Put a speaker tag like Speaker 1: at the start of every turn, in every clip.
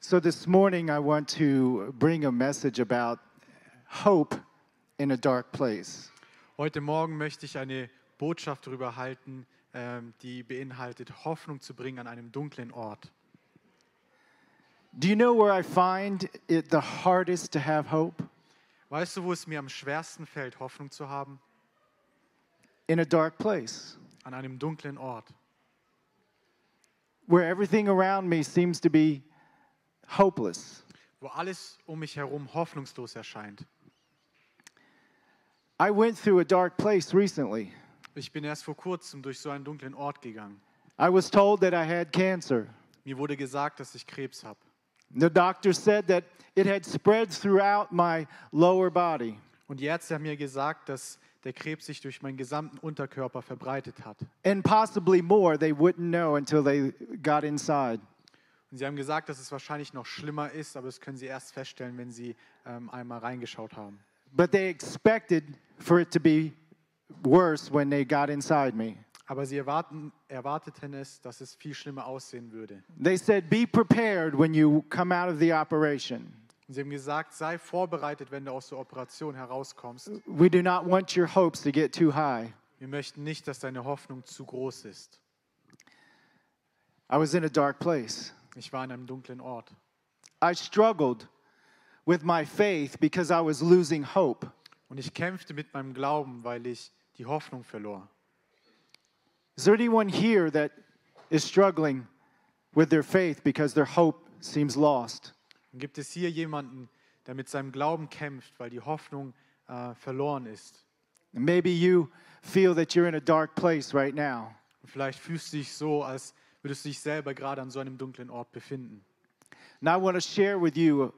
Speaker 1: So, this morning, I want to bring a message about hope in a dark place.
Speaker 2: Heute Morgen möchte ich eine Botschaft darüber halten, ähm, die beinhaltet, Hoffnung zu bringen an einem dunklen Ort.
Speaker 1: Do you know where I find it the hardest to have hope?
Speaker 2: Weißt du, wo es mir am schwersten fällt, Hoffnung zu haben?
Speaker 1: In a dark place
Speaker 2: An einem dunklen Ort,
Speaker 1: where everything around me seems to be hopeless.
Speaker 2: wo alles um mich herum hoffnungslos erscheint.
Speaker 1: I went through a dark place recently.
Speaker 2: Ich bin erst vor kurzem durch so einen dunklen Ort gegangen.
Speaker 1: I was told that I had cancer.
Speaker 2: Mir wurde gesagt, dass ich Krebs habe.
Speaker 1: The doctor said that it had spread throughout my lower body
Speaker 2: Und die Ärzte haben mir gesagt, dass der Krebs sich durch meinen gesamten Unterkörper verbreitet hat. Und
Speaker 1: and possibly more they wouldn't know until they got inside.
Speaker 2: sie haben gesagt, dass es wahrscheinlich noch schlimmer ist, aber das können sie erst feststellen, wenn sie ähm, einmal reingeschaut haben.
Speaker 1: But they expected for it to be worse when they got inside me.
Speaker 2: Aber sie erwarten, erwarteten es, dass es viel schlimmer aussehen würde.
Speaker 1: They said, Be prepared when you come out of the operation.
Speaker 2: Und sie haben gesagt, sei vorbereitet, wenn du aus der Operation herauskommst.
Speaker 1: We do not want your hopes to get too high.
Speaker 2: Wir möchten nicht, dass deine Hoffnung zu groß ist.
Speaker 1: I was in a dark place.
Speaker 2: Ich war in einem dunklen Ort.
Speaker 1: I struggled with my faith because I was losing hope.
Speaker 2: Und ich kämpfte mit meinem Glauben, weil ich die Hoffnung verlor.
Speaker 1: Is there anyone here that is struggling with their faith because their hope seems lost?
Speaker 2: Und gibt es hier jemanden, der mit seinem Glauben kämpft, weil die Hoffnung äh, verloren ist?
Speaker 1: Maybe you feel that you're in a dark place right now.
Speaker 2: Und vielleicht fühlst du dich so, als würdest du dich selber gerade an so einem dunklen Ort befinden.
Speaker 1: And I want to share with you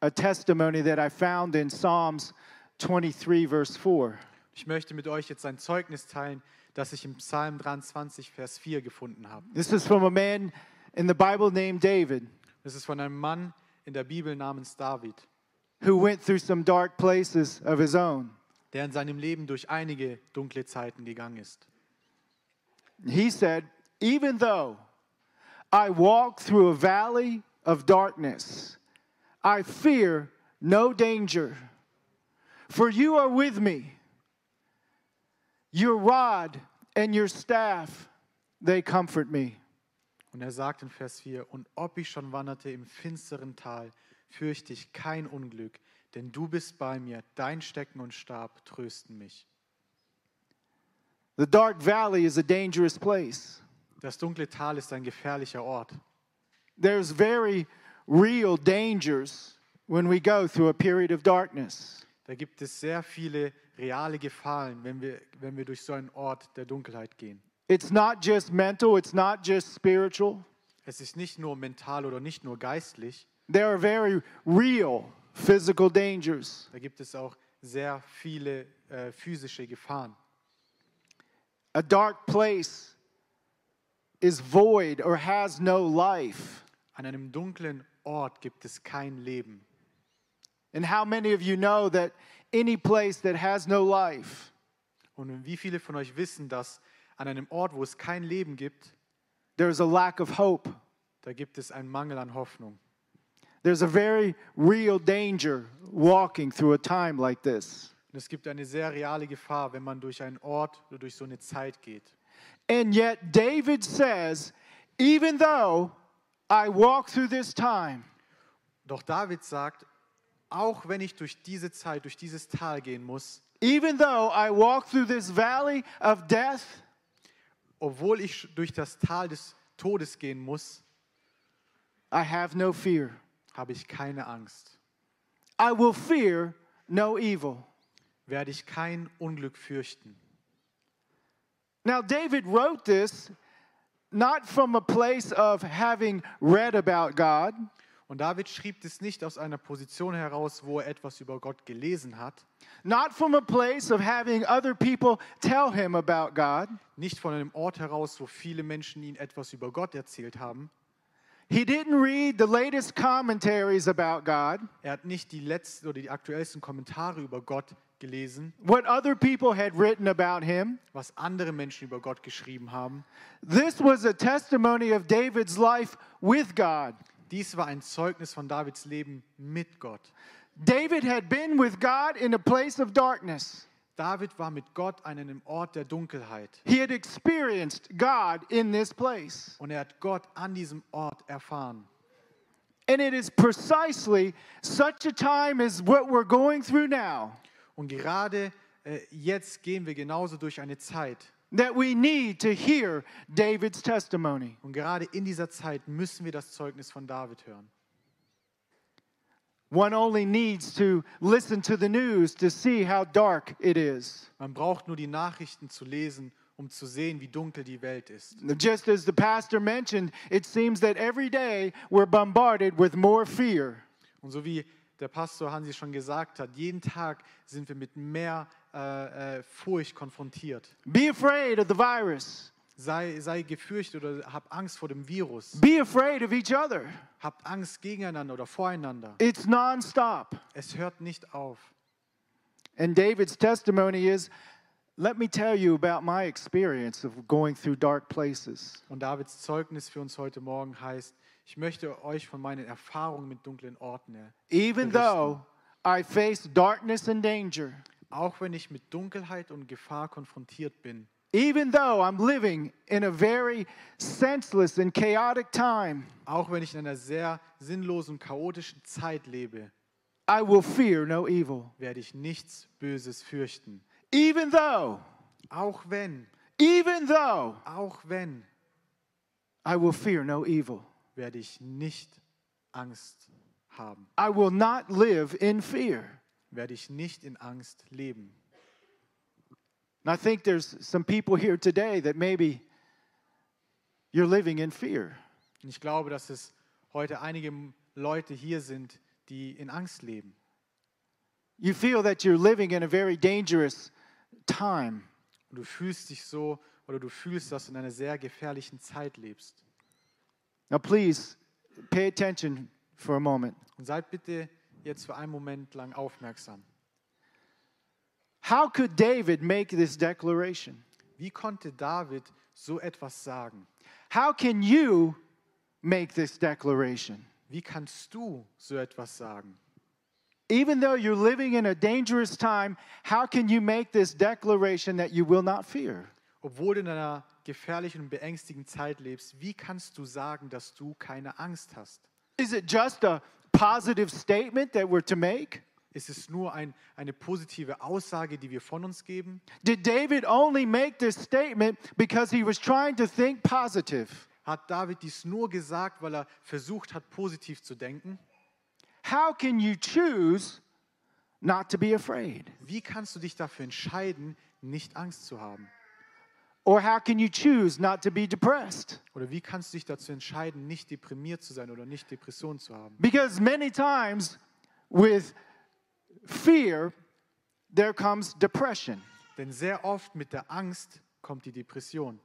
Speaker 1: a testimony that I found in Psalms 23, verse 4.
Speaker 2: Ich möchte mit euch jetzt ein Zeugnis teilen, das ich im Psalm 23, Vers 4 gefunden habe.
Speaker 1: This is from a man in the Bible named David
Speaker 2: Das ist von einem Mann in der Bibel namens David,
Speaker 1: who went through some dark places of his own.
Speaker 2: der in seinem Leben durch einige dunkle Zeiten gegangen ist.
Speaker 1: He said, Even though I walk through a valley of darkness, I fear no danger, for you are with me. Your rod and your staff, they comfort me.
Speaker 2: Und er sagt in Vers 4, und ob ich schon wanderte im finsteren Tal, fürchte ich kein Unglück, denn du bist bei mir, dein Stecken und Stab trösten mich.
Speaker 1: The dark valley is a dangerous place.
Speaker 2: Das dunkle Tal ist ein gefährlicher Ort.
Speaker 1: There's very real dangers when we go through a period of darkness.
Speaker 2: Da gibt es sehr viele reale Gefahren, wenn wir, wenn wir durch so einen Ort der Dunkelheit gehen.
Speaker 1: It's not just mental, it's not just spiritual.
Speaker 2: Es ist nicht nur mental oder nicht nur geistlich,
Speaker 1: There are very real physical dangers.
Speaker 2: da gibt es auch sehr viele äh, physische Gefahren.
Speaker 1: A dark place is void or has no life.
Speaker 2: An einem dunklen Ort gibt es kein Leben.
Speaker 1: And how many of you know that any place that has no life
Speaker 2: Und wie viele von euch wissen, dass an einem Ort, wo es kein Leben gibt,
Speaker 1: there's a lack of hope?
Speaker 2: da gibt es einen Mangel an Hoffnung.
Speaker 1: There's a very real danger walking through a time like this.
Speaker 2: Und es gibt eine sehr reale Gefahr, wenn man durch einen Ort oder durch so eine Zeit geht.
Speaker 1: And yet, David says, even though I walk through this time,
Speaker 2: Doch David sagt, auch wenn ich durch diese Zeit, durch dieses Tal gehen muss,
Speaker 1: even though I walk through this valley of death,
Speaker 2: obwohl ich durch das Tal des Todes gehen muss,
Speaker 1: I have no fear.
Speaker 2: habe ich keine Angst,
Speaker 1: I will fear no evil.
Speaker 2: werde ich kein Unglück fürchten.
Speaker 1: Now, David wrote this not from a place of having read about God,
Speaker 2: Und David schrieb es nicht aus einer Position heraus, wo er etwas über Gott gelesen hat,
Speaker 1: not from a place of having other people tell him about God.
Speaker 2: nicht von einem Ort heraus, wo viele Menschen ihn etwas über Gott erzählt haben.
Speaker 1: He didn't read the latest commentaries about God,
Speaker 2: Er hat nicht die letzten oder die aktuellsten Kommentare über Gott gelesen,
Speaker 1: what other people had written about him.
Speaker 2: was andere Menschen über Gott geschrieben haben.
Speaker 1: This was a testimony of David's life with God.
Speaker 2: Dies war ein Zeugnis von Davids Leben mit Gott.
Speaker 1: David had been with God in a place of darkness.
Speaker 2: David war mit Gott an einem Ort der Dunkelheit
Speaker 1: He had experienced God in this place.
Speaker 2: und er hat Gott an diesem Ort erfahren.
Speaker 1: And it is precisely such a time as what we're going through now
Speaker 2: Und gerade äh, jetzt gehen wir genauso durch eine Zeit.
Speaker 1: that we need to hear David's testimony.
Speaker 2: Und gerade in dieser Zeit müssen wir das Zeugnis von David hören.
Speaker 1: One only needs to listen to the news to see how dark it is.
Speaker 2: Man braucht nur die Nachrichten zu lesen, um zu sehen, wie dunkel die Welt ist.
Speaker 1: Just as the pastor mentioned, it seems that every day we're bombarded with more fear.
Speaker 2: Und so wie der Pastor Hansi schon gesagt hat, jeden Tag sind wir mit mehr äh, äh, Furcht konfrontiert.
Speaker 1: Be afraid of the virus,
Speaker 2: Sei, sei gefürchtet oder hab Angst vor dem Virus.
Speaker 1: be afraid of each other.
Speaker 2: Habt Angst gegeneinander oder voreinander.
Speaker 1: It's nonstop.
Speaker 2: Es hört nicht auf.
Speaker 1: And David's testimony is let me tell you about my experience of going through dark places.
Speaker 2: Und Davids Zeugnis für uns heute Morgen heißt, ich möchte euch von meinen Erfahrungen mit dunklen Orten her.
Speaker 1: Even though I faced darkness and danger,
Speaker 2: Auch wenn ich mit Dunkelheit und Gefahr konfrontiert bin,
Speaker 1: even though I'm living in a very senseless and chaotic time,
Speaker 2: auch wenn ich in einer sehr sinnlosen, chaotischen Zeit lebe,
Speaker 1: I will fear no evil.
Speaker 2: werde ich nichts Böses fürchten.
Speaker 1: Even though,
Speaker 2: Auch wenn,
Speaker 1: even though,
Speaker 2: auch wenn,
Speaker 1: I will fear no evil.
Speaker 2: werde ich nicht Angst haben,
Speaker 1: I will not live in fear.
Speaker 2: werde ich nicht in Angst leben.
Speaker 1: And I think there's some people here today that maybe you're living in fear.
Speaker 2: Und ich glaube, dass es heute einige Leute hier sind, die in Angst leben.
Speaker 1: You feel that you're living in a very dangerous time.
Speaker 2: Und du fühlst dich so oder du fühlst, dass du in einer sehr gefährlichen Zeit lebst.
Speaker 1: Now, please pay attention for a moment.
Speaker 2: Und seid bitte jetzt für einen Moment lang aufmerksam.
Speaker 1: How could David make this declaration?
Speaker 2: Wie konnte David so etwas sagen?
Speaker 1: How can you make this declaration?
Speaker 2: Wie kannst du so etwas sagen?
Speaker 1: Even though you're living in a dangerous time, how can you make this declaration that you will not fear?
Speaker 2: Obwohl du in einer gefährlichen und beängstigenden Zeit lebst, wie kannst du sagen, dass du keine Angst hast?
Speaker 1: Is it just a positive statement that we're to make?
Speaker 2: Ist es nur ein, eine positive Aussage, die wir von uns geben?
Speaker 1: Did David only make this statement because he was trying to think positive?
Speaker 2: Hat David dies nur gesagt, weil er versucht hat, positiv zu denken?
Speaker 1: How can you choose not to be afraid?
Speaker 2: Wie kannst du dich dafür entscheiden, nicht Angst zu haben?
Speaker 1: Or how can you choose not to be depressed?
Speaker 2: Oder wie kannst du dich dazu entscheiden, nicht deprimiert zu sein oder nicht Depressionen zu haben?
Speaker 1: Because many times with fear, there comes depression.
Speaker 2: Denn sehr oft mit der Angst kommt die Depression.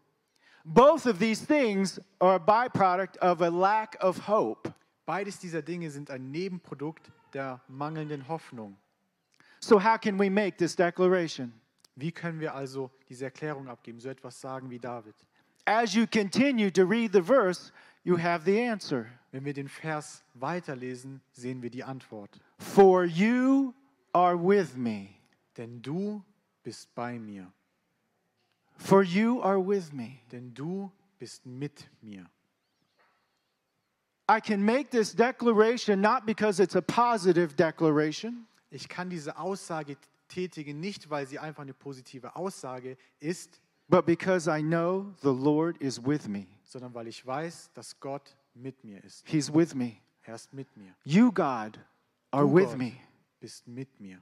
Speaker 1: Both of these things are a byproduct of a lack of hope.
Speaker 2: Beides dieser Dinge sind ein Nebenprodukt der mangelnden Hoffnung.
Speaker 1: So, how can we make this declaration?
Speaker 2: Wie können wir also diese Erklärung abgeben, so etwas sagen wie David?
Speaker 1: As you continue to read the verse, you have the answer.
Speaker 2: Wenn wir den Vers weiterlesen, sehen wir die Antwort.
Speaker 1: For you are with me.
Speaker 2: Denn du bist bei mir.
Speaker 1: For you are with me.
Speaker 2: Denn du bist mit mir.
Speaker 1: I can make this declaration not because it's a positive declaration,
Speaker 2: Ich kann diese Aussage tätigen, nicht weil sie einfach eine positive Aussage ist,
Speaker 1: but because I know the Lord is with me.
Speaker 2: sondern weil ich weiß, dass Gott mit mir ist.
Speaker 1: He's with me.
Speaker 2: Er ist mit mir.
Speaker 1: You, God, are with
Speaker 2: Gott
Speaker 1: me.
Speaker 2: bist mit mir.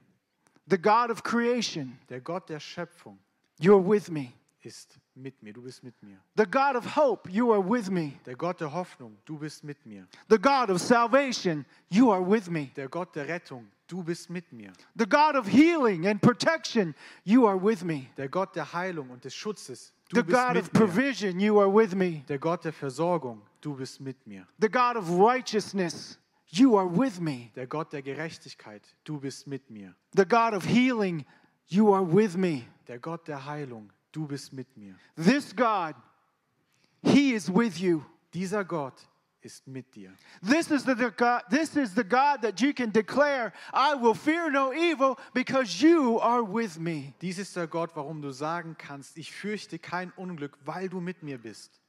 Speaker 1: The God of creation,
Speaker 2: Der Gott der Schöpfung
Speaker 1: you're with me.
Speaker 2: ist mit mir. Du bist mit mir.
Speaker 1: The God of hope, you are with me.
Speaker 2: Der Gott der Hoffnung, du bist mit mir.
Speaker 1: The God of salvation, you are with me.
Speaker 2: Der Gott der Rettung, du bist mit mir.
Speaker 1: The God of healing and protection, you are with me.
Speaker 2: Der Gott der Heilung und des Schutzes, du
Speaker 1: The
Speaker 2: bist
Speaker 1: God of
Speaker 2: mit mir.
Speaker 1: provision, you are with me.
Speaker 2: Der Gott der Versorgung, du bist mit mir.
Speaker 1: The God of righteousness, you are with me.
Speaker 2: Der Gott der Gerechtigkeit, du bist mit mir.
Speaker 1: The God of healing, you are with me.
Speaker 2: Der Gott der Heilung, du bist mit mir.
Speaker 1: This God, He is with you.
Speaker 2: Dieser Gott ist mit dir.
Speaker 1: This is the, the God, this is the God that you can declare, I will fear no evil because you are with me.
Speaker 2: Dies ist der Gott, warum du sagen kannst, ich fürchte kein Unglück, weil du mit mir bist.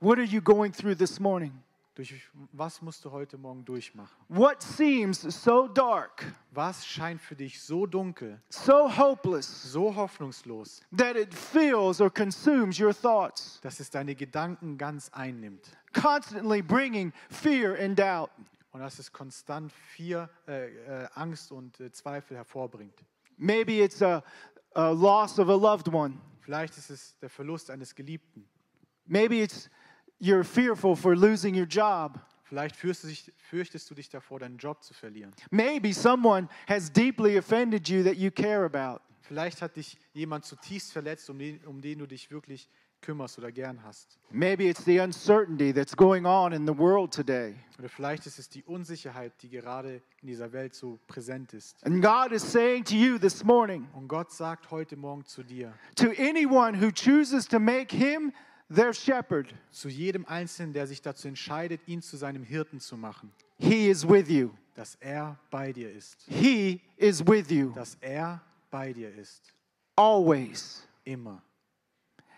Speaker 1: What are you going through this morning?
Speaker 2: Durch was musst du heute Morgen durchmachen?
Speaker 1: What seems so dark,
Speaker 2: Was scheint für dich so dunkel,
Speaker 1: so hopeless,
Speaker 2: so hoffnungslos,
Speaker 1: that it fills or consumes your thoughts,
Speaker 2: dass es deine Gedanken ganz einnimmt
Speaker 1: constantly bringing fear and doubt?
Speaker 2: und dass es konstant Vier, äh, äh, Angst und äh, Zweifel hervorbringt?
Speaker 1: Maybe it's a, a loss of a loved one.
Speaker 2: Vielleicht ist es der Verlust eines Geliebten.
Speaker 1: Maybe it's you're fearful for losing your job.
Speaker 2: Vielleicht fürchtest du dich, fürchtest du dich davor, deinen Job zu verlieren.
Speaker 1: Maybe someone has deeply offended you that you care about.
Speaker 2: Vielleicht hat dich jemand zutiefst verletzt, um den, um den du dich wirklich kümmerst oder gern hast.
Speaker 1: Maybe it's the uncertainty that's going on in the world today.
Speaker 2: Oder vielleicht ist es die Unsicherheit, die gerade in dieser Welt so präsent ist.
Speaker 1: And God is saying to you this morning
Speaker 2: Und Gott sagt heute Morgen zu dir,
Speaker 1: to anyone who chooses to make him their shepherd,
Speaker 2: zu jedem Einzelnen, der sich dazu entscheidet, ihn zu seinem Hirten zu machen,
Speaker 1: he is with you.
Speaker 2: dass er bei dir ist.
Speaker 1: He is with you
Speaker 2: Dass er bei dir ist.
Speaker 1: always.
Speaker 2: Immer.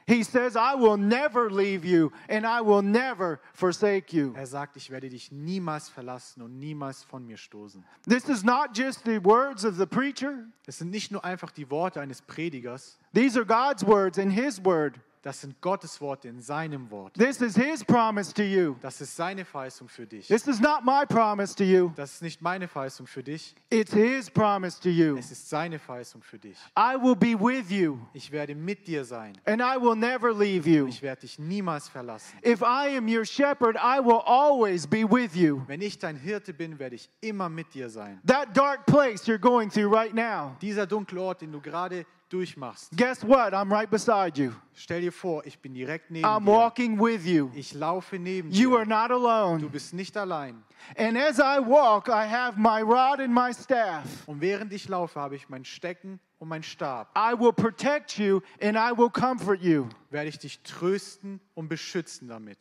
Speaker 1: He says, I will never leave you and I will never forsake you.
Speaker 2: Er sagt, ich werde dich niemals verlassen und niemals von mir stoßen.
Speaker 1: This is not just the words of the preacher,
Speaker 2: Das sind nicht nur einfach die Worte eines Predigers,
Speaker 1: these are God's words and His word.
Speaker 2: das sind Gottes Worte in seinem Wort.
Speaker 1: This is His promise to you.
Speaker 2: Das ist seine Verheißung für dich.
Speaker 1: This is not my promise to you,
Speaker 2: Das ist nicht meine Verheißung für dich,
Speaker 1: it's His promise to you.
Speaker 2: es ist seine Verheißung für dich.
Speaker 1: I will be with you
Speaker 2: Ich werde mit dir sein.
Speaker 1: and I will never leave you.
Speaker 2: Ich werde dich niemals verlassen.
Speaker 1: If I am your shepherd, I will always be with you.
Speaker 2: Wenn ich dein Hirte bin, werde ich immer mit dir sein.
Speaker 1: That dark place you're going through right now,
Speaker 2: Dieser dunkle Ort, den du gerade durchmachst,
Speaker 1: guess what? I'm right beside you.
Speaker 2: stell dir vor, ich bin direkt neben
Speaker 1: I'm
Speaker 2: dir.
Speaker 1: walking with you.
Speaker 2: Ich laufe neben
Speaker 1: You are
Speaker 2: dir.
Speaker 1: not
Speaker 2: Du
Speaker 1: alone.
Speaker 2: bist nicht allein.
Speaker 1: And as I walk, I have my rod and my staff.
Speaker 2: Und während ich laufe, habe ich mein Stecken und mein Stab.
Speaker 1: I will protect you and I will comfort you.
Speaker 2: Werde ich dich trösten und beschützen damit.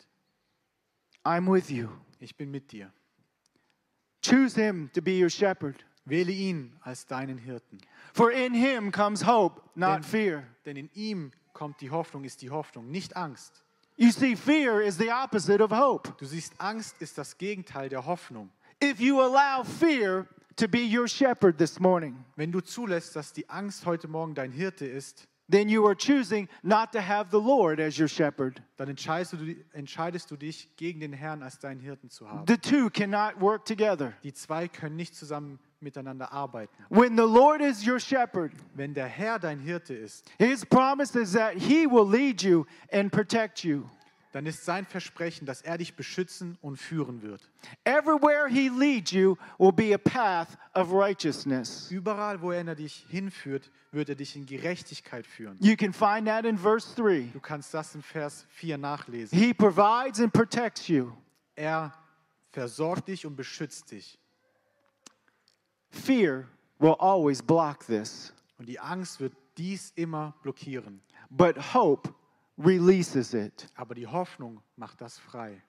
Speaker 1: I'm with you.
Speaker 2: Ich bin mit dir.
Speaker 1: Choose him to be your shepherd.
Speaker 2: Wähle ihn als deinen Hirten.
Speaker 1: For in him comes hope, not
Speaker 2: Then-
Speaker 1: fear.
Speaker 2: Denn in ihm kommt die Hoffnung, ist die Hoffnung, nicht Angst.
Speaker 1: You see, fear is the opposite of hope.
Speaker 2: Du siehst, Angst ist das Gegenteil der Hoffnung.
Speaker 1: If you allow fear to be your shepherd this morning,
Speaker 2: Wenn du zulässt, dass die Angst heute Morgen dein Hirte ist,
Speaker 1: then you are choosing not to have the Lord as your shepherd.
Speaker 2: dann entscheidest du, entscheidest du dich, gegen den Herrn als deinen Hirten zu haben.
Speaker 1: The two cannot work together.
Speaker 2: Die zwei können nicht zusammen miteinander arbeiten.
Speaker 1: When the Lord is your shepherd,
Speaker 2: Wenn der Herr dein Hirte ist,
Speaker 1: his promise is that he will lead you and protect you.
Speaker 2: dann ist sein Versprechen, dass er dich beschützen und führen wird.
Speaker 1: Everywhere he leads you will be a path of righteousness.
Speaker 2: Überall, wo er dich hinführt, wird er dich in Gerechtigkeit führen.
Speaker 1: You can find that in verse 3.
Speaker 2: Du kannst das in Vers 4 nachlesen.
Speaker 1: He provides and protects you.
Speaker 2: Er versorgt dich und beschützt dich.
Speaker 1: Fear will always block this,
Speaker 2: Und die Angst wird dies immer blockieren.
Speaker 1: but hope releases it.
Speaker 2: Aber die Hoffnung macht das frei.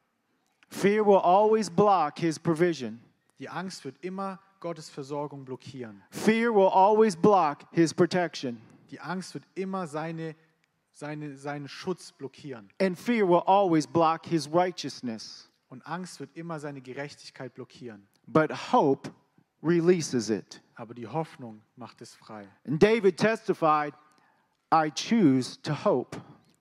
Speaker 1: Fear will always block his provision.
Speaker 2: Die Angst wird immer Gottes Versorgung blockieren.
Speaker 1: Fear will always block his protection.
Speaker 2: Die Angst wird immer seine, seine, seinen Schutz blockieren.
Speaker 1: And fear will always block his righteousness.
Speaker 2: Und Angst wird immer seine Gerechtigkeit blockieren.
Speaker 1: But hope releases it.
Speaker 2: Aber die Hoffnung macht es frei.
Speaker 1: And David testified, I choose to hope.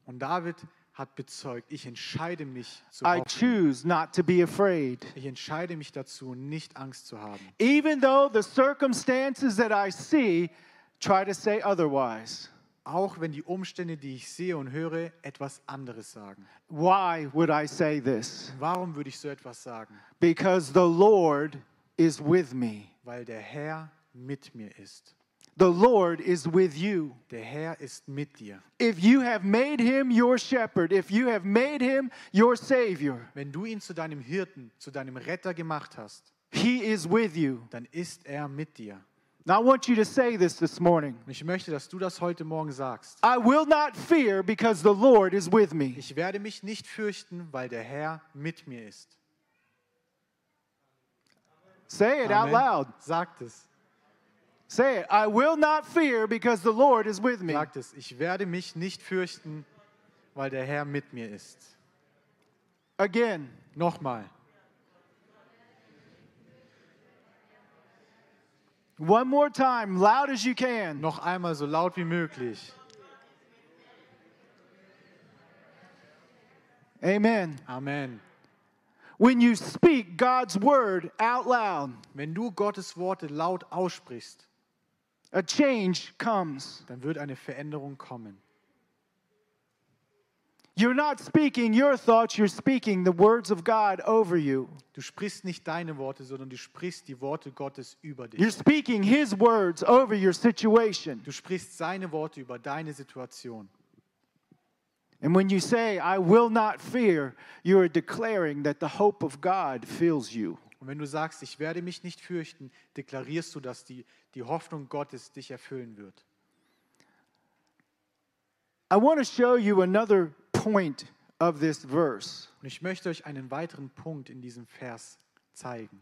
Speaker 2: Und David hat bezeugt, ich entscheide mich zu
Speaker 1: I
Speaker 2: hoffen.
Speaker 1: choose not to be afraid.
Speaker 2: Ich entscheide mich dazu, nicht Angst zu haben.
Speaker 1: Even though the circumstances that I see try to say otherwise.
Speaker 2: Auch wenn die Umstände, die ich sehe und höre, etwas anderes sagen.
Speaker 1: Why would I say this?
Speaker 2: Warum würde ich so etwas sagen?
Speaker 1: Because the Lord is with me.
Speaker 2: Weil der Herr mit mir ist.
Speaker 1: The Lord is with you.
Speaker 2: Der Herr ist mit dir.
Speaker 1: If you have made him your shepherd, if you have made him your savior,
Speaker 2: Wenn du ihn zu deinem Hirten, zu deinem Retter gemacht hast,
Speaker 1: he is with you.
Speaker 2: dann ist er mit dir.
Speaker 1: Now I want you to say this this morning.
Speaker 2: Und ich möchte, dass du das heute Morgen sagst.
Speaker 1: I will not fear because the Lord is with me.
Speaker 2: Ich werde mich nicht fürchten, weil der Herr mit mir ist.
Speaker 1: Say it out
Speaker 2: Amen.
Speaker 1: loud.
Speaker 2: Sagt es.
Speaker 1: Say it. I will not fear because the Lord is with me.
Speaker 2: Sagt es. Ich werde mich nicht fürchten, weil der Herr mit mir ist.
Speaker 1: Again,
Speaker 2: Nochmal.
Speaker 1: one more time, loud as you can.
Speaker 2: Noch einmal so laut wie möglich.
Speaker 1: Amen.
Speaker 2: Amen.
Speaker 1: When you speak God's word out loud,
Speaker 2: Wenn du Gottes Worte laut aussprichst,
Speaker 1: a change comes.
Speaker 2: dann wird eine Veränderung kommen.
Speaker 1: You're not speaking your thoughts, you're speaking the words of God over you.
Speaker 2: Du sprichst nicht deine Worte, sondern du sprichst die Worte Gottes über dich.
Speaker 1: You're speaking His words over your situation.
Speaker 2: Du sprichst seine Worte über deine Situation.
Speaker 1: And when you say, I will not fear, you are declaring that the hope of God fills you.
Speaker 2: Und wenn du sagst, ich werde mich nicht fürchten, deklarierst du, dass die, die Hoffnung Gottes dich erfüllen wird.
Speaker 1: I want to show you another point of this verse.
Speaker 2: Und ich möchte euch einen weiteren Punkt in diesem Vers zeigen.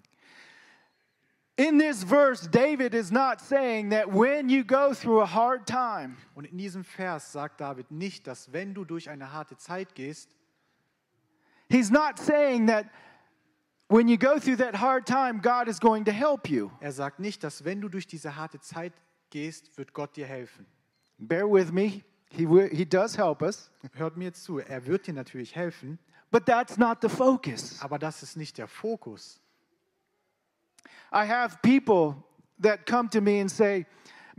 Speaker 1: In this verse, David is not saying that when you go through a hard time,
Speaker 2: Und in diesem Vers sagt David nicht, dass wenn du durch eine harte Zeit gehst,
Speaker 1: he's not saying that when you go through that hard time, God is going to help you.
Speaker 2: er sagt nicht, dass wenn du durch diese harte Zeit gehst, wird Gott dir helfen.
Speaker 1: Bear with me, he, wi- he does help us,
Speaker 2: Hört mir jetzt zu, er wird dir natürlich helfen,
Speaker 1: but that's not the focus.
Speaker 2: aber das ist nicht der Fokus.
Speaker 1: I have people that come to me and say,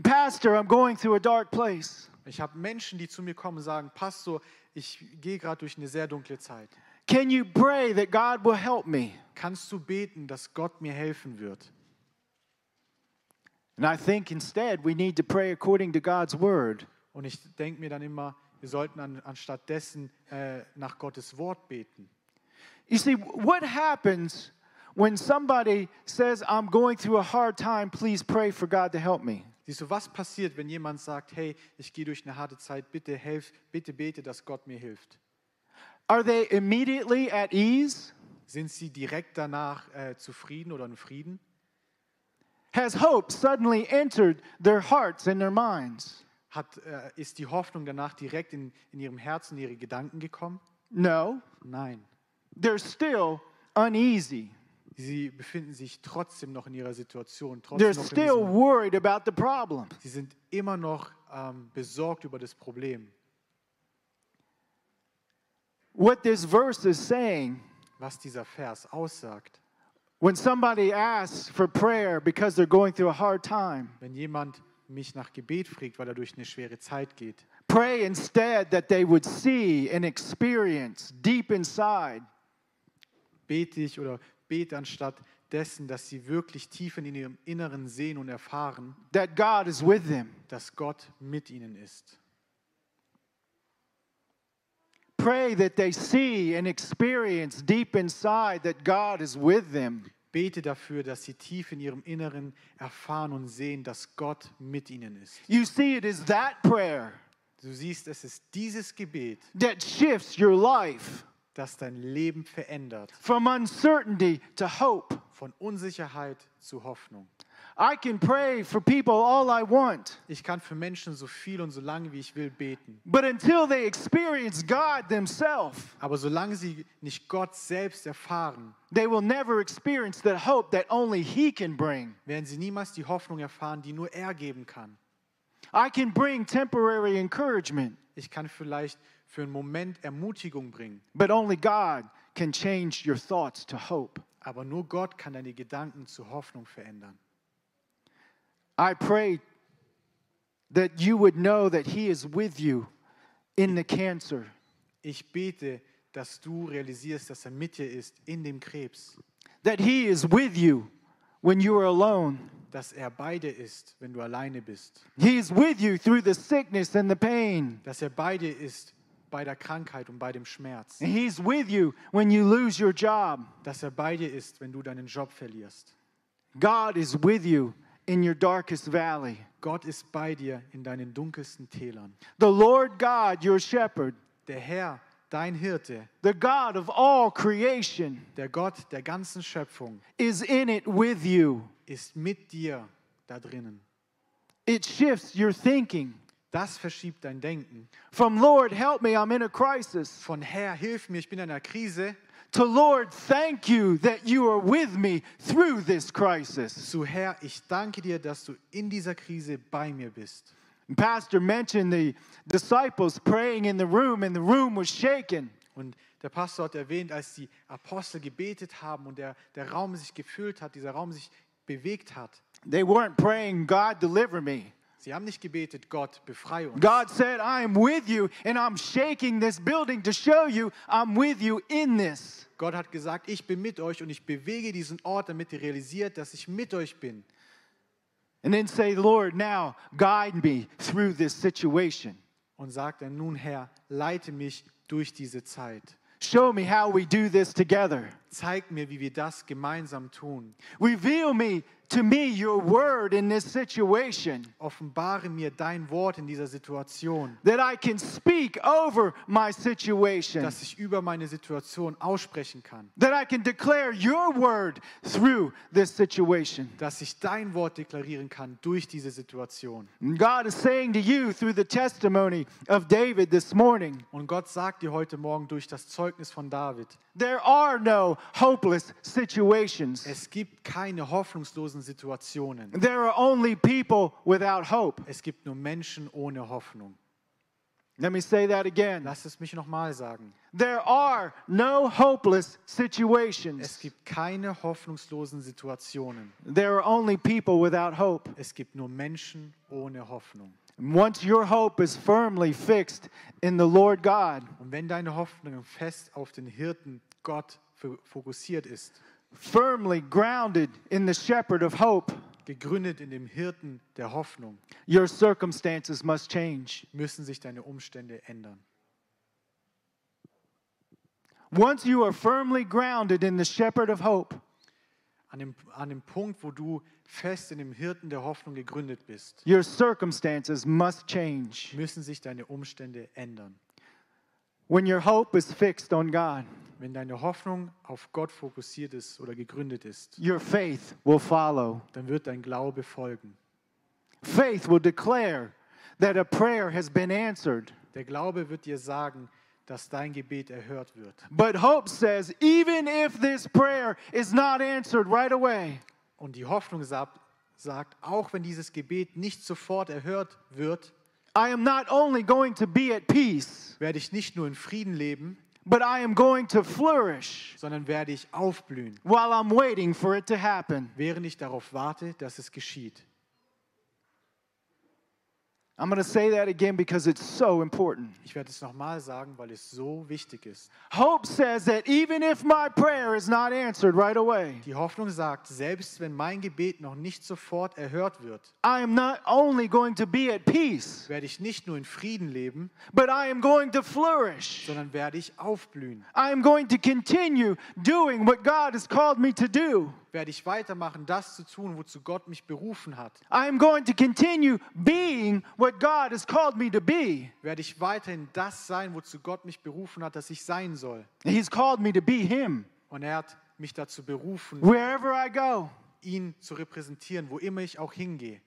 Speaker 1: Pastor, I'm going through a dark place.
Speaker 2: Ich habe Menschen, die zu mir kommen und sagen, Pastor, ich gehe gerade durch eine sehr dunkle Zeit.
Speaker 1: Can you pray that God will help me?
Speaker 2: Kannst du beten, dass Gott mir helfen wird?
Speaker 1: And I think instead we need to pray according to God's word.
Speaker 2: Und ich denke mir dann immer, wir sollten an, anstatt dessen äh, nach Gottes Wort beten.
Speaker 1: You see, what happens when somebody says, I'm going through a hard time, please pray for God to help me?
Speaker 2: Siehst du, was passiert, wenn jemand sagt, hey, ich gehe durch eine harte Zeit, bitte helf, bitte bete, dass Gott mir hilft?
Speaker 1: Are they immediately at ease?
Speaker 2: Sind sie direkt danach äh, zufrieden oder in Frieden?
Speaker 1: Has hope suddenly entered their hearts and their minds?
Speaker 2: Hat, äh, ist die Hoffnung danach direkt in, in ihrem Herzen, in ihre Gedanken gekommen?
Speaker 1: No,
Speaker 2: Nein.
Speaker 1: they're still uneasy.
Speaker 2: Sie befinden sich trotzdem noch in ihrer Situation. Trotzdem
Speaker 1: They're
Speaker 2: noch in
Speaker 1: still
Speaker 2: diesem,
Speaker 1: worried about the problem.
Speaker 2: sie sind immer noch ähm, besorgt über das Problem.
Speaker 1: What this verse is saying
Speaker 2: Was dieser Vers aussagt,
Speaker 1: When somebody asks for prayer because they're going through a hard time,
Speaker 2: wenn jemand mich nach Gebet fragt, weil er durch eine schwere Zeit geht,
Speaker 1: pray instead that they would see and experience deep inside
Speaker 2: bete ich oder bete anstatt dessen, dass sie wirklich tief in ihrem Inneren sehen und erfahren,
Speaker 1: that God is with them.
Speaker 2: dass Gott mit ihnen ist.
Speaker 1: Pray that they see and experience deep inside that God is with them.
Speaker 2: Bete dafür, dass sie tief in ihrem Inneren erfahren und sehen, dass Gott mit ihnen ist.
Speaker 1: You see, it is that prayer
Speaker 2: Du siehst, es ist dieses Gebet,
Speaker 1: that shifts your life
Speaker 2: das dein Leben verändert.
Speaker 1: from uncertainty to hope.
Speaker 2: von Unsicherheit zu Hoffnung.
Speaker 1: I can pray for people all I want,
Speaker 2: Ich kann für Menschen so viel und so lange, wie ich will, beten.
Speaker 1: but until they experience God themselves,
Speaker 2: Aber solange sie nicht Gott selbst erfahren,
Speaker 1: They will never experience that hope that only He can bring.
Speaker 2: werden sie niemals die Hoffnung erfahren, die nur er geben kann.
Speaker 1: I can bring temporary encouragement,
Speaker 2: Ich kann vielleicht für einen Moment Ermutigung bringen,
Speaker 1: but only God can change your thoughts to hope.
Speaker 2: aber nur Gott kann deine Gedanken zu Hoffnung verändern.
Speaker 1: I pray that you would know that He is with you in the cancer,
Speaker 2: Ich bete, dass du realisierst, dass er mit dir ist in dem Krebs,
Speaker 1: that He is with you when you are alone.
Speaker 2: dass er bei dir ist, wenn du alleine bist,
Speaker 1: He is with you through the sickness and the pain.
Speaker 2: dass er bei dir ist bei der Krankheit und bei dem Schmerz.
Speaker 1: And He's with you when you lose your job.
Speaker 2: dass er bei dir ist, wenn du deinen Job verlierst.
Speaker 1: God is with you in your darkest valley.
Speaker 2: Gott ist bei dir in deinen dunkelsten Tälern.
Speaker 1: The Lord God, your shepherd,
Speaker 2: Der Herr, Dein Hirte,
Speaker 1: the God of all creation,
Speaker 2: der Gott der ganzen Schöpfung,
Speaker 1: is in it with you.
Speaker 2: ist mit dir da drinnen.
Speaker 1: It shifts your thinking
Speaker 2: Das verschiebt dein Denken.
Speaker 1: from Lord, help me, I'm in a crisis,
Speaker 2: Von Herr, hilf mir, ich bin in einer Krise,
Speaker 1: to Lord, thank you that you are with me through this crisis.
Speaker 2: zu Herr, ich danke dir, dass du in dieser Krise bei mir bist.
Speaker 1: And Pastor mentioned the disciples praying in the room, and the room was shaken.
Speaker 2: Und der Pastor hat erwähnt, als die Apostel gebetet haben und der, der Raum sich gefüllt hat, dieser Raum sich bewegt hat.
Speaker 1: They weren't praying, God, deliver me.
Speaker 2: Sie haben nicht gebetet, Gott, befreie uns.
Speaker 1: God said, I am with you, and I'm shaking this building to show you I'm with you in this.
Speaker 2: Gott hat gesagt, ich bin mit euch und ich bewege diesen Ort, damit ihr realisiert, dass ich mit euch bin.
Speaker 1: And then say, Lord, now guide me through this situation.
Speaker 2: Und sagt dann, nun Herr, leite mich durch diese Zeit.
Speaker 1: Show me how we do this together.
Speaker 2: Zeig mir, wie wir das gemeinsam tun.
Speaker 1: Reveal me to me your word in this situation
Speaker 2: Offenbare mir dein Wort in dieser Situation,
Speaker 1: that I can speak over my situation,
Speaker 2: dass ich über meine Situation aussprechen kann,
Speaker 1: that I can declare your word through this situation.
Speaker 2: dass ich dein Wort deklarieren kann durch diese Situation.
Speaker 1: And God is saying to you through the testimony of David this morning
Speaker 2: Und Gott sagt dir heute Morgen durch das Zeugnis von David,
Speaker 1: there are no hopeless situations.
Speaker 2: es gibt keine hoffnungslosen Situationen.
Speaker 1: There are only people without hope.
Speaker 2: Es gibt nur Menschen ohne Hoffnung.
Speaker 1: Let me say that again.
Speaker 2: Lass es mich nochmal sagen.
Speaker 1: There are no hopeless
Speaker 2: Es
Speaker 1: situations.
Speaker 2: gibt keine hoffnungslosen Situationen.
Speaker 1: There are only people without hope.
Speaker 2: Es gibt nur Menschen ohne Hoffnung.
Speaker 1: And once your hope is firmly fixed in the Lord God,
Speaker 2: Und wenn deine Hoffnung fest auf den Hirten Gott fo- fokussiert ist,
Speaker 1: firmly grounded in the shepherd of hope,
Speaker 2: gegründet in dem Hirten der Hoffnung,
Speaker 1: your circumstances must change.
Speaker 2: müssen sich deine Umstände ändern.
Speaker 1: Once you are firmly grounded in the shepherd of hope,
Speaker 2: An dem, an dem Punkt, wo du fest in dem Hirten der Hoffnung gegründet bist,
Speaker 1: your circumstances must change.
Speaker 2: müssen sich deine Umstände ändern.
Speaker 1: When your hope is fixed on God,
Speaker 2: Wenn deine Hoffnung auf Gott fokussiert ist oder gegründet ist,
Speaker 1: your faith will follow.
Speaker 2: dann wird dein Glaube folgen.
Speaker 1: Faith will declare that a prayer has been answered.
Speaker 2: Der Glaube wird dir sagen, dass dein Gebet erhört wird.
Speaker 1: But hope says, even if this prayer is not answered right away,
Speaker 2: Und die Hoffnung sagt, sagt, auch wenn dieses Gebet nicht sofort erhört wird,
Speaker 1: I am not only going to be at peace,
Speaker 2: werde ich nicht nur in Frieden leben,
Speaker 1: but I am going to flourish
Speaker 2: sondern werde ich aufblühen,
Speaker 1: while I'm waiting for it to happen.
Speaker 2: während ich darauf warte, dass es geschieht.
Speaker 1: I'm going to say that again because it's so important.
Speaker 2: Ich werde es nochmal sagen, weil es so wichtig ist.
Speaker 1: Hope says that even if my prayer is not answered right away,
Speaker 2: Die Hoffnung sagt, selbst wenn mein Gebet noch nicht sofort erhört wird,
Speaker 1: I am not only going to be at peace,
Speaker 2: werde ich nicht nur in Frieden leben,
Speaker 1: but I am going to flourish.
Speaker 2: sondern werde ich aufblühen,
Speaker 1: I am going to continue doing what God has called me to do.
Speaker 2: werde ich weitermachen, das zu tun, wozu Gott mich berufen hat,
Speaker 1: I am going to continue being what God has called me to be.
Speaker 2: werde ich weiterhin das sein, wozu Gott mich berufen hat, dass ich sein soll.
Speaker 1: He's called me to be Him
Speaker 2: Und er hat mich dazu berufen,
Speaker 1: wherever I go.
Speaker 2: ihn zu repräsentieren, wo immer ich auch hingehe.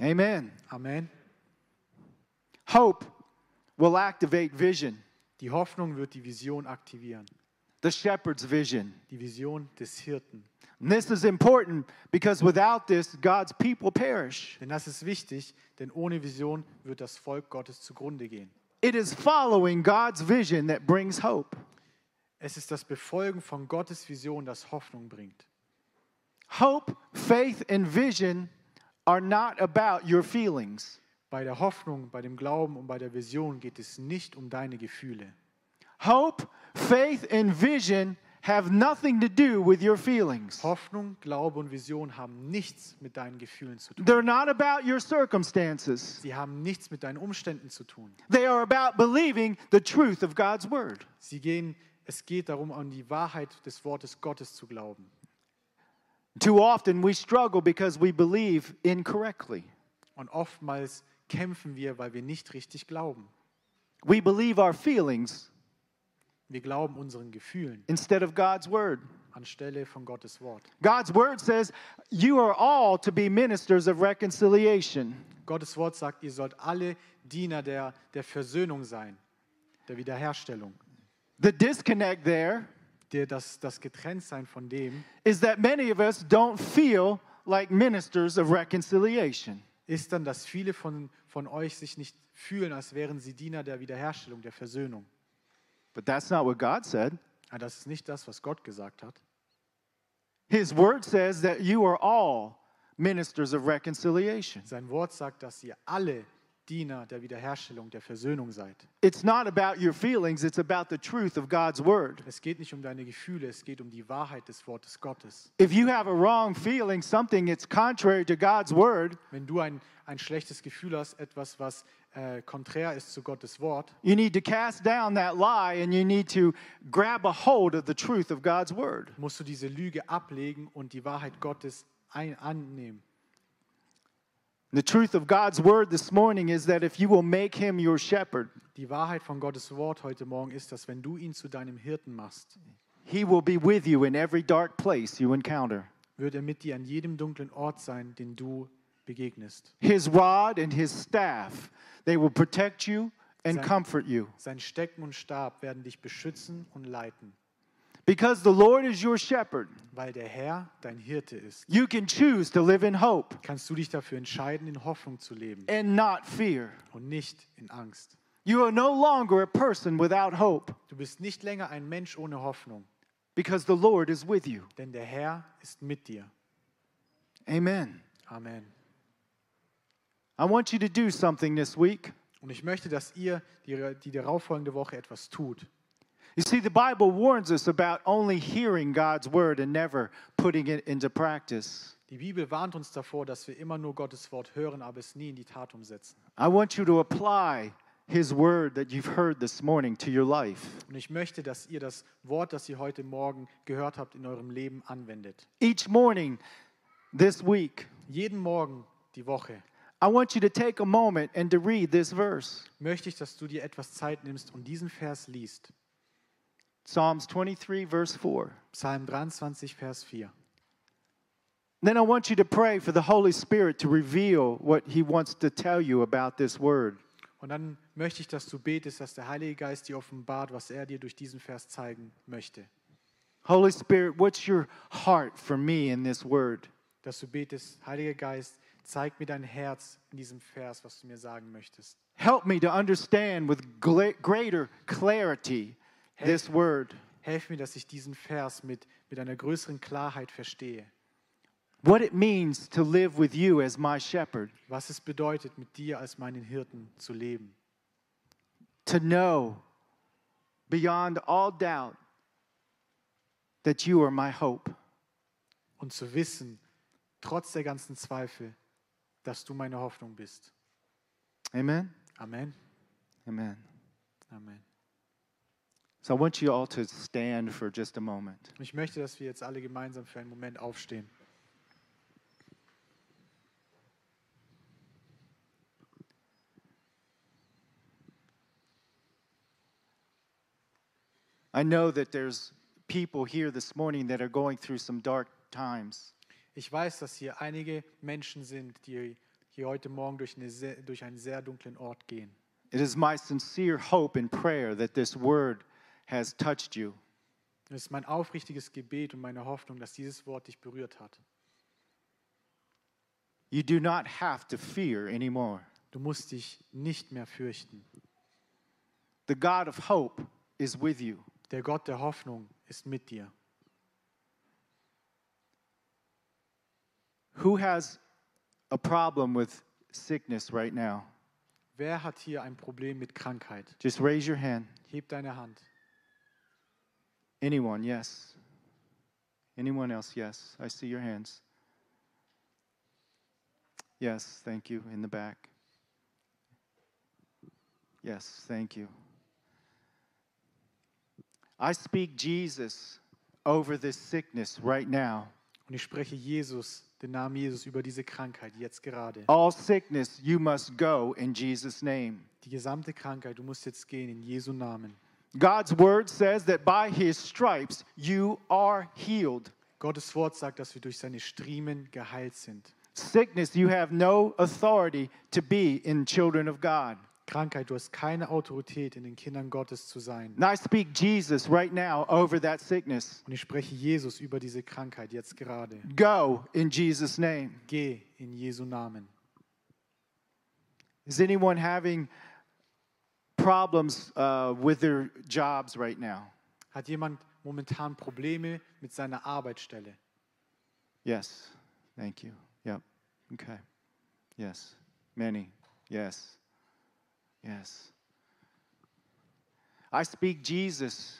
Speaker 1: Amen.
Speaker 2: Amen.
Speaker 1: Hope will activate vision,
Speaker 2: Die Hoffnung wird die Vision aktivieren,
Speaker 1: the shepherd's vision.
Speaker 2: die Vision des Hirten.
Speaker 1: And this is important because without this, God's people perish.
Speaker 2: Denn das ist wichtig, denn ohne Vision wird das Volk Gottes zugrunde gehen.
Speaker 1: It is following God's vision that brings hope.
Speaker 2: Es ist das Befolgen von Gottes Vision, das Hoffnung bringt.
Speaker 1: Hope, faith, and vision are not about your feelings.
Speaker 2: Bei der Hoffnung, bei dem Glauben und bei der Vision geht es nicht um deine Gefühle.
Speaker 1: Hope, faith, and vision have nothing to do with your feelings.
Speaker 2: Hoffnung, Glaube und Vision haben nichts mit deinen Gefühlen zu tun.
Speaker 1: They're not about your circumstances.
Speaker 2: Sie haben nichts mit deinen Umständen zu tun.
Speaker 1: They are about believing the truth of God's word.
Speaker 2: Sie gehen, es geht darum, an die Wahrheit des Wortes Gottes zu glauben.
Speaker 1: Too often we struggle because we believe incorrectly.
Speaker 2: Und oftmals kämpfen wir, weil wir nicht richtig glauben.
Speaker 1: We believe our feelings
Speaker 2: Wir glauben unseren Gefühlen
Speaker 1: instead of God's word.
Speaker 2: anstelle von Gottes Wort.
Speaker 1: God's word says, You are all to be ministers of reconciliation.
Speaker 2: Gottes Wort sagt, ihr sollt alle Diener der, der Versöhnung sein, der Wiederherstellung.
Speaker 1: The disconnect there
Speaker 2: Der, das, das Getrenntsein von dem
Speaker 1: is that many of us don't feel like ministers of reconciliation.
Speaker 2: ist dann, dass viele von, von euch sich nicht fühlen, als wären sie Diener der Wiederherstellung, der Versöhnung.
Speaker 1: But that's not what God said.
Speaker 2: Aber das ist nicht das, was Gott gesagt hat.
Speaker 1: His word says that you are all ministers of reconciliation.
Speaker 2: Sein Wort sagt, dass ihr alle Diener der Wiederherstellung, der Versöhnung seid.
Speaker 1: It's not about your feelings, it's about the truth of God's word.
Speaker 2: Es geht nicht um deine Gefühle, es geht um die Wahrheit des Wortes Gottes.
Speaker 1: If you have a wrong feeling, something that's contrary to God's word,
Speaker 2: Wenn du ein, ein schlechtes Gefühl hast, etwas, was äh, konträr ist zu Gottes Wort,
Speaker 1: you need to cast down that lie and you need to grab a hold of the truth of God's word.
Speaker 2: musst du diese Lüge ablegen und die Wahrheit Gottes ein, annehmen.
Speaker 1: The truth of God's word this morning is that if you will make him your shepherd,
Speaker 2: Die Wahrheit von Gottes Wort heute Morgen ist, dass wenn du ihn zu deinem Hirten machst,
Speaker 1: he will be with you in every dark place you encounter.
Speaker 2: wird er mit dir an jedem dunklen Ort sein, den du begegnest.
Speaker 1: His rod and his staff, they will protect you and
Speaker 2: Exactly.
Speaker 1: comfort you.
Speaker 2: Sein Stecken und Stab werden dich beschützen und leiten,
Speaker 1: Because the Lord is your shepherd,
Speaker 2: weil der Herr dein Hirte ist.
Speaker 1: you can choose to live in hope
Speaker 2: Kannst du dich dafür entscheiden, in Hoffnung zu leben
Speaker 1: and not fear.
Speaker 2: und nicht in Angst.
Speaker 1: You are no longer a person without hope
Speaker 2: Du bist nicht länger ein Mensch ohne Hoffnung,
Speaker 1: because the Lord is with you.
Speaker 2: denn der Herr ist mit dir.
Speaker 1: Amen.
Speaker 2: Amen.
Speaker 1: I want you to do something this week.
Speaker 2: Und ich möchte, dass ihr die, die darauffolgende Woche etwas tut.
Speaker 1: You see, the Bible warns us about only hearing God's word and never putting it into practice.
Speaker 2: Die Bibel warnt uns davor, dass wir immer nur Gottes Wort hören, aber es nie in die Tat umsetzen.
Speaker 1: I want you to apply His word that you've heard this morning to your life.
Speaker 2: Und ich möchte, dass ihr das Wort, das ihr heute Morgen gehört habt, in eurem Leben anwendet.
Speaker 1: Each morning this week,
Speaker 2: Jeden Morgen die Woche
Speaker 1: I want you to take a moment and to read this verse
Speaker 2: möchte ich, dass du dir etwas Zeit nimmst und diesen Vers liest.
Speaker 1: Psalms 23, verse 4.
Speaker 2: Psalm 23, Vers 4.
Speaker 1: Then I want you to pray for the Holy Spirit to reveal what He wants to tell you about this word.
Speaker 2: Und dann möchte ich, dass du betest, dass der Heilige Geist dir offenbart, was er dir durch diesen Vers zeigen möchte.
Speaker 1: Holy Spirit, what's your heart for me in this word?
Speaker 2: Dass du betest, Heiliger Geist, zeig mir dein Herz in diesem Vers, was du mir sagen möchtest.
Speaker 1: Help me to understand with gla- greater clarity this word.
Speaker 2: Helf mir, dass ich diesen Vers mit, mit einer größeren Klarheit verstehe,
Speaker 1: What it means to live with you as my shepherd,
Speaker 2: was es bedeutet, mit dir als meinen Hirten zu leben.
Speaker 1: to know beyond all doubt that you are my hope.
Speaker 2: und zu wissen, trotz der ganzen Zweifel, dass du meine Hoffnung bist.
Speaker 1: Amen?
Speaker 2: Amen.
Speaker 1: Amen.
Speaker 2: Amen.
Speaker 1: So I want you all to stand for just a moment.
Speaker 2: Und ich möchte, dass wir jetzt alle gemeinsam für einen Moment aufstehen.
Speaker 1: I know that there's people here this morning that are going through some dark times.
Speaker 2: Ich weiß, dass hier einige Menschen sind, die hier heute Morgen durch, eine sehr, durch einen sehr dunklen Ort gehen.
Speaker 1: It is my sincere hope and prayer that this word has touched you.
Speaker 2: Und Es ist mein aufrichtiges Gebet und meine Hoffnung, dass dieses Wort dich berührt hat.
Speaker 1: You do not have to fear anymore.
Speaker 2: Du musst dich nicht mehr fürchten.
Speaker 1: The God of hope is with you.
Speaker 2: Der Gott der Hoffnung ist mit dir.
Speaker 1: Who has a problem with sickness right now?
Speaker 2: Wer hat hier ein Problem mit Krankheit?
Speaker 1: Just raise your hand.
Speaker 2: Heb deine Hand.
Speaker 1: Anyone, yes. Anyone else, yes. I see your hands. Yes, thank you. In the back. Yes, thank you. I speak Jesus over this sickness right now.
Speaker 2: Und Und ich spreche Jesus, den Namen Jesus, über diese Krankheit jetzt gerade.
Speaker 1: All sickness, you must go in Jesus' name.
Speaker 2: Die gesamte Krankheit, du musst jetzt gehen in Jesu Namen.
Speaker 1: God's word says that by his stripes you are healed.
Speaker 2: Gottes Wort sagt, dass wir durch seine Striemen geheilt sind.
Speaker 1: Sickness, you have no authority to be in children of God.
Speaker 2: Krankheit, du hast keine Autorität, in den Kindern Gottes zu sein.
Speaker 1: And I speak Jesus right now over that sickness.
Speaker 2: Und ich spreche Jesus über diese Krankheit jetzt gerade.
Speaker 1: Go in Jesus' name.
Speaker 2: Geh in Jesu Namen.
Speaker 1: Is anyone having problems uh, with their jobs right now?
Speaker 2: Hat jemand momentan Probleme mit seiner Arbeitsstelle?
Speaker 1: Yes. Thank you. Yep. Okay. Yes. Many. Yes. Yes. I speak Jesus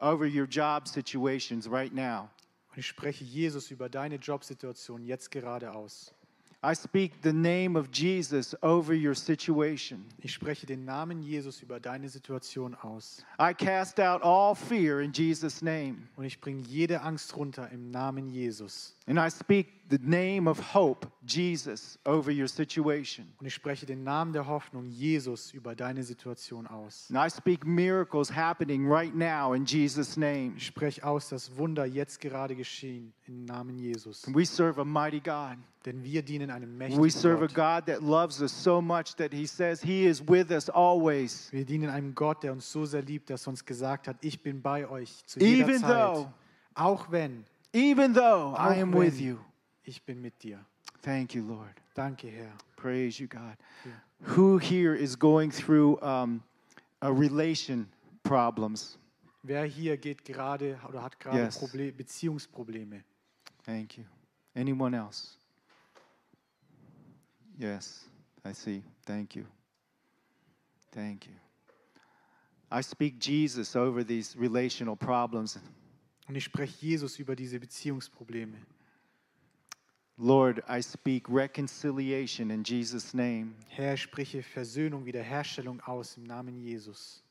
Speaker 1: over your job situations right now.
Speaker 2: Und ich spreche Jesus über deine Jobsituation jetzt gerade aus.
Speaker 1: I speak the name of Jesus over your situation.
Speaker 2: Ich spreche den Namen Jesus über deine Situation aus.
Speaker 1: I cast out all fear in Jesus' name.
Speaker 2: Und ich bringe jede Angst runter im Namen Jesus.
Speaker 1: And I speak the name of hope, Jesus, over your situation.
Speaker 2: Und ich spreche den Namen der Hoffnung Jesus über deine Situation aus.
Speaker 1: And I speak miracles happening right now in Jesus' name.
Speaker 2: Ich spreche aus, dass Wunder jetzt gerade geschehen im Namen Jesus.
Speaker 1: We serve a mighty God.
Speaker 2: Denn wir dienen einem mächtigen
Speaker 1: We serve a God
Speaker 2: Gott.
Speaker 1: that loves us so much that he says he is with us always.
Speaker 2: Wir dienen einem Gott, der uns so sehr liebt, dass er uns gesagt hat, ich bin bei euch zu jeder
Speaker 1: Even
Speaker 2: Zeit.
Speaker 1: though-
Speaker 2: Auch wenn,
Speaker 1: Even though I
Speaker 2: auch
Speaker 1: am
Speaker 2: wenn,
Speaker 1: with you.
Speaker 2: ich bin mit dir.
Speaker 1: Thank you, Lord.
Speaker 2: Danke, Herr.
Speaker 1: Praise you, God. Who here is going through um, a relation problems?
Speaker 2: Wer hier geht gerade oder hat gerade
Speaker 1: Yes.
Speaker 2: Proble Beziehungsprobleme?
Speaker 1: Thank you. Anyone else? Yes, I see. Thank you. Thank you. I speak Jesus over these relational problems.
Speaker 2: Und ich spreche Jesus über diese Beziehungsprobleme.
Speaker 1: Lord, I speak reconciliation in Jesus' name.
Speaker 2: Herr, ich spreche Versöhnung, Wiederherstellung aus im Namen Jesus.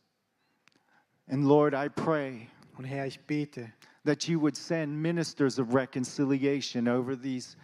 Speaker 1: And Lord, I pray
Speaker 2: Und Herr, ich bete,
Speaker 1: that you would send ministers of reconciliation over these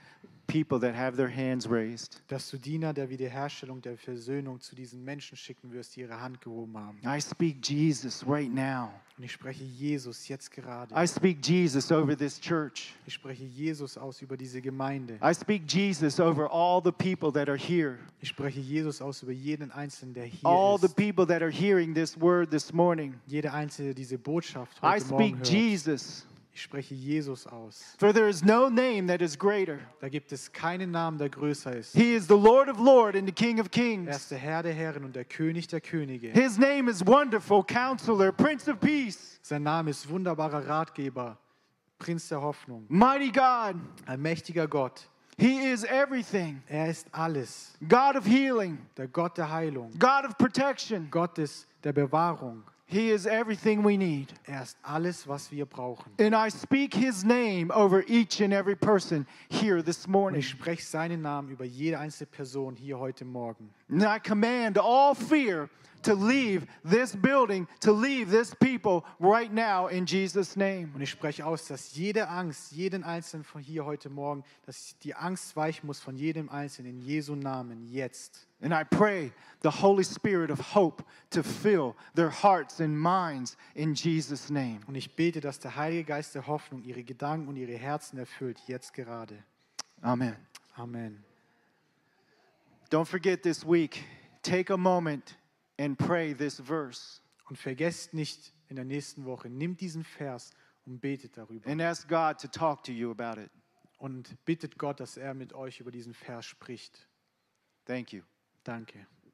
Speaker 1: people that have their hands raised.
Speaker 2: dass du Diener der Wiederherstellung, der Versöhnung zu diesen Menschen schicken wirst, die ihre Hand gehoben haben.
Speaker 1: I speak Jesus right now.
Speaker 2: Und ich spreche Jesus jetzt gerade.
Speaker 1: I speak Jesus over this church.
Speaker 2: Ich spreche Jesus aus über diese Gemeinde.
Speaker 1: I speak Jesus over all the people that are here,
Speaker 2: Ich spreche Jesus aus über jeden Einzelnen, der hier
Speaker 1: all the
Speaker 2: ist.
Speaker 1: people that are hearing this word this morning.
Speaker 2: Jeder Einzelne, der diese Botschaft
Speaker 1: I
Speaker 2: heute Morgen
Speaker 1: speak
Speaker 2: hört.
Speaker 1: Jesus,
Speaker 2: Ich spreche Jesus aus.
Speaker 1: for there is no name that is greater.
Speaker 2: Da gibt es keinen Namen, der größer ist.
Speaker 1: He is the Lord of Lords and the King of
Speaker 2: Er ist
Speaker 1: Kings.
Speaker 2: der Herr der Herren und der König der Könige.
Speaker 1: His name is Wonderful Counselor, Prince of Peace,
Speaker 2: Sein Name ist wunderbarer Ratgeber, Prinz der Hoffnung,
Speaker 1: Mighty God.
Speaker 2: allmächtiger Gott.
Speaker 1: He is everything.
Speaker 2: Er ist alles,
Speaker 1: God of healing,
Speaker 2: der Gott der Heilung,
Speaker 1: God of protection.
Speaker 2: Gottes der Bewahrung.
Speaker 1: He is everything we need.
Speaker 2: Er ist alles, was wir brauchen.
Speaker 1: And I speak his name over each and every person here this
Speaker 2: Und
Speaker 1: morning.
Speaker 2: ich spreche seinen Namen über jede einzelne Person hier heute Morgen.
Speaker 1: And I command all fear to leave this building, to leave this people right now in Jesus' name.
Speaker 2: Und ich spreche aus, dass jede Angst, jeden Einzelnen von hier heute Morgen, dass die Angst weichen muss von jedem Einzelnen in Jesu Namen jetzt.
Speaker 1: And I pray the Holy Spirit of hope to fill their hearts and minds in Jesus' name.
Speaker 2: Und ich bete, dass der Heilige Geist der Hoffnung ihre Gedanken und ihre Herzen erfüllt, jetzt gerade.
Speaker 1: Amen.
Speaker 2: Amen.
Speaker 1: Don't forget this week, take a moment and pray this verse
Speaker 2: Und vergesst nicht in der nächsten Woche, nimmt diesen Vers und betet darüber.
Speaker 1: and ask God to talk to you about it.
Speaker 2: Und bittet Gott, dass er mit euch über diesen Vers spricht.
Speaker 1: Thank you.
Speaker 2: Danke.